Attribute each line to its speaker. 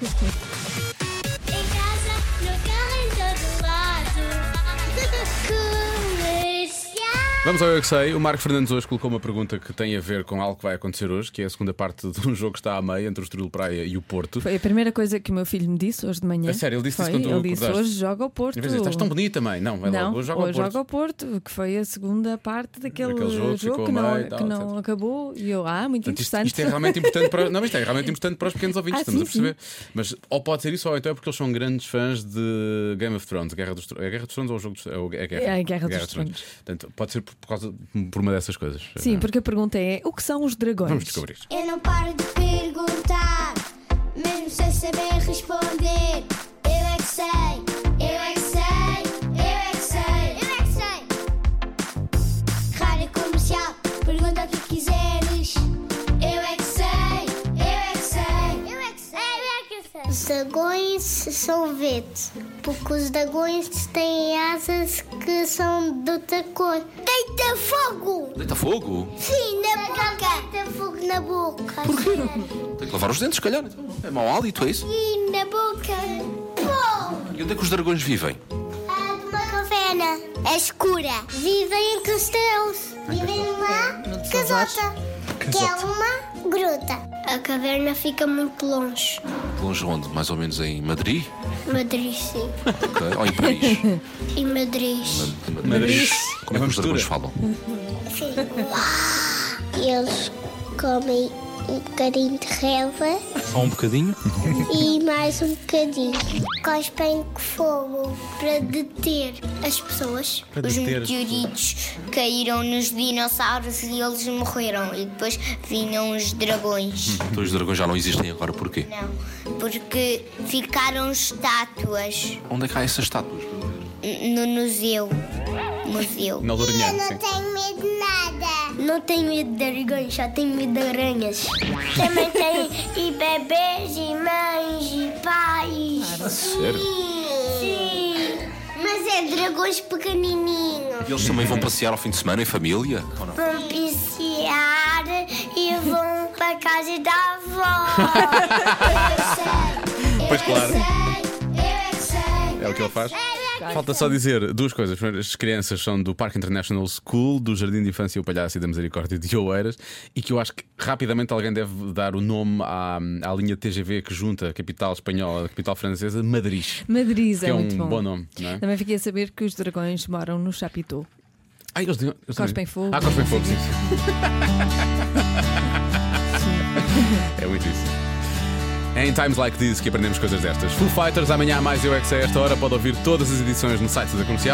Speaker 1: Vamos ao Eu Que Sei. O Marco Fernandes hoje colocou uma pergunta que tem a ver com algo que vai acontecer hoje, que é a segunda parte de um jogo que está à meia entre o Estoril Praia e o Porto.
Speaker 2: Foi a primeira coisa que o meu filho me disse hoje de manhã.
Speaker 1: A sério, ele disse
Speaker 2: foi,
Speaker 1: isso quando tu
Speaker 2: Ele disse
Speaker 1: acordaste?
Speaker 2: hoje joga ao Porto.
Speaker 1: Em vez de dizer, estás tão bonito também. Não, é
Speaker 2: não,
Speaker 1: logo, hoje joga ao
Speaker 2: hoje
Speaker 1: Porto.
Speaker 2: joga ao Porto, que foi a segunda parte daquele
Speaker 1: Daquele jogo
Speaker 2: jogo,
Speaker 1: que ficou
Speaker 2: que
Speaker 1: a
Speaker 2: não,
Speaker 1: meio e tal,
Speaker 2: que não
Speaker 1: etc.
Speaker 2: acabou. E eu, ah, muito
Speaker 1: Portanto, isto,
Speaker 2: interessante.
Speaker 1: isto é realmente importante para não isto é realmente importante para os pequenos ouvintes
Speaker 2: Ah,
Speaker 1: estamos a
Speaker 2: sim,
Speaker 1: perceber mas ou pode ser isso ou então é porque eles são grandes fãs de Game of Thrones Guerra dos Tro- é Guerra dos Tronos ou o jogo dos, é o- é Guerra,
Speaker 2: É a Guerra dos
Speaker 1: Portanto, pode ser por, por causa por uma dessas coisas
Speaker 2: Sim, porque a pergunta é: o que são os dragões?
Speaker 1: vamos descobrir
Speaker 3: Eu não paro de perguntar, mesmo sem saber responder. Eu é que sei, eu é que sei, eu é que sei, eu é que sei. Rádio comercial, pergunta o que quiseres. Eu é que sei, eu é que sei, eu é que sei, eu é que sei.
Speaker 4: Os dragões são verdes, porque os dragões têm asas que são de outra cor.
Speaker 3: Deita fogo!
Speaker 5: Deita fogo?
Speaker 3: Sim, na boca! Deita fogo na boca!
Speaker 5: Tem que lavar os dentes, se calhar. então. É mau hálito, é isso?
Speaker 3: E na boca! Pô!
Speaker 5: E onde é que os dragões vivem?
Speaker 3: Há de uma caverna. É escura. Vivem em castelos. Vivem
Speaker 4: É,
Speaker 3: numa casota.
Speaker 4: Que é uma gruta. A caverna fica muito longe.
Speaker 5: De longe um onde? Mais ou menos em Madrid?
Speaker 4: Madrid, sim.
Speaker 5: Ok. Ou em Paris?
Speaker 4: E Madrid.
Speaker 1: Madrid
Speaker 5: Como é que os dragões falam?
Speaker 4: Sim. Eles comem um bocadinho de relva
Speaker 5: Só um bocadinho?
Speaker 4: e mais um bocadinho. Cospem fogo para deter as pessoas.
Speaker 1: Para deter as
Speaker 4: meteoritos caíram nos dinossauros e eles morreram. E depois vinham os dragões.
Speaker 1: Hum.
Speaker 5: Então os dragões já não existem agora, porquê?
Speaker 4: Não, porque ficaram estátuas
Speaker 5: Onde é que há essas estátuas?
Speaker 4: no museu. Museu.
Speaker 1: na Lourinhã sim.
Speaker 3: tenho medo de nada.
Speaker 4: Não tenho medo de dragões, só tenho medo de aranhas.
Speaker 3: Também tenho e bebês, e mães, e pais.
Speaker 5: Sério?
Speaker 3: Sim. Mas é dragões pequenininhos.
Speaker 5: E eles também vão passear ao fim de semana em família? Ou não?
Speaker 3: Vão passear e vão para casa da avó.
Speaker 1: Pois claro.
Speaker 3: É
Speaker 1: É o que ele faz. Falta só dizer duas coisas. Primeiro, as crianças são do Parque International School, do Jardim de Infância O Palhaço e da Misericórdia de Oeiras, e que eu acho que rapidamente alguém deve dar o nome à, à linha TGV que junta a capital espanhola, a capital francesa, Madrid.
Speaker 2: Madrid
Speaker 1: Que
Speaker 2: é,
Speaker 1: é
Speaker 2: muito
Speaker 1: um
Speaker 2: bom.
Speaker 1: bom nome, não é?
Speaker 2: Também fiquei a saber que os dragões moram no Chapitou.
Speaker 1: Ah, eles diziam- eles
Speaker 2: Cospem
Speaker 1: diziam-
Speaker 2: fogo.
Speaker 1: Ah, cospem fogo, sim. é muito isso. É em times like this que aprendemos coisas destas. Full Fighters, amanhã há mais eu é que sei a esta hora. Pode ouvir todas as edições no site da comercial.